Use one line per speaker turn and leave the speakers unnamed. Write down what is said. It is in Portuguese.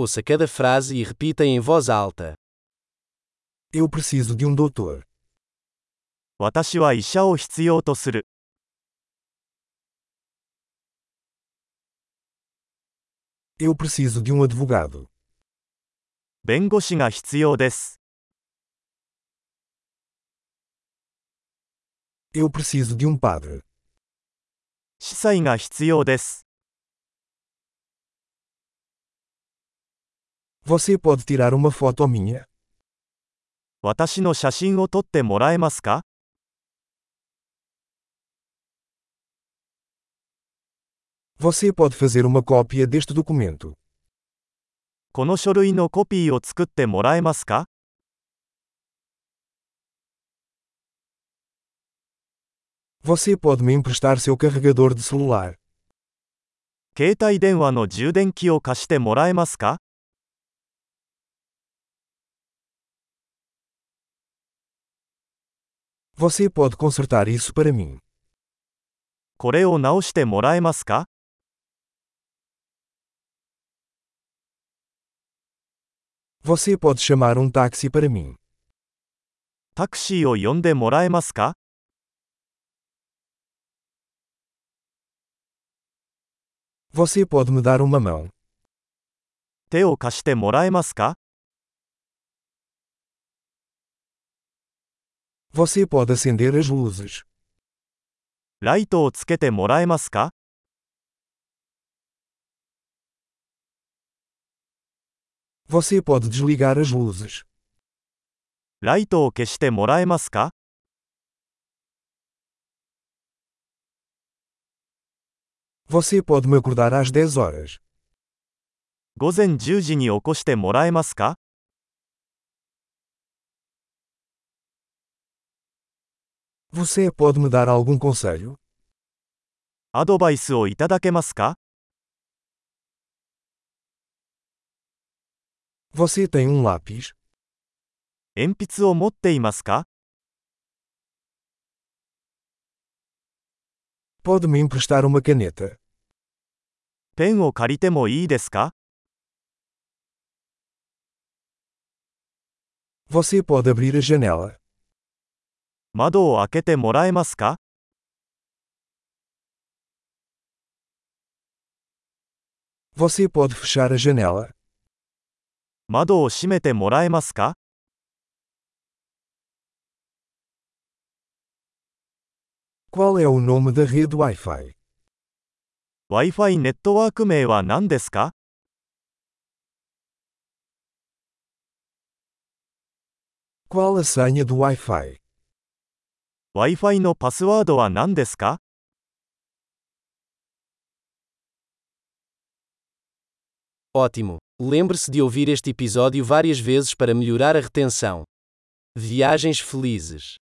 Ouça cada frase e repita em voz alta.
Eu preciso de um doutor.
私は医者を必要とする。
Eu preciso de um advogado.
弁護士が必要です。
Eu preciso de um padre.
司祭が必要です。
Você pode tirar uma foto minha?
私の写真を撮ってもらえますか
Você pode fazer uma cópia deste documento.
この書類のコピーを作ってもらえますか
Você pode me emprestar seu carregador de celular.
携帯電話の充電器を貸してもらえますか
Você pode consertar isso para mim.
これを直してもらえますか
Você pode chamar um táxi para mim.
タクシーを呼んでもらえますか
Você pode me dar uma mão.
手を貸してもらえますか
Você pode acender as luzes.
ライトをつけてもらえますか
Você pode desligar as luzes.
ライトを消してもらえますか
Você pode me acordar às 10 horas.
午前10時に起こしてもらえますか
Você pode me dar algum conselho?
アドバイスをいただけますか
Você tem um lápis?
鉛筆を持っていますか
Pode me emprestar uma caneta?
ペンを借りてもいいですか
Você pode abrir a janela.
窓を開けてもらえますか
Você pode fechar a janela.
窓を閉めてもらえますか
Qual é o nome da rede Wi-Fi?
?Wi-Fi ネットワーク名は何ですか
Qual a senha do Wi-Fi?
?Wi-Fi のパスワードは何ですか
Ótimo! Lembre-se de ouvir este episódio várias vezes para melhorar a retenção. Viagens felizes!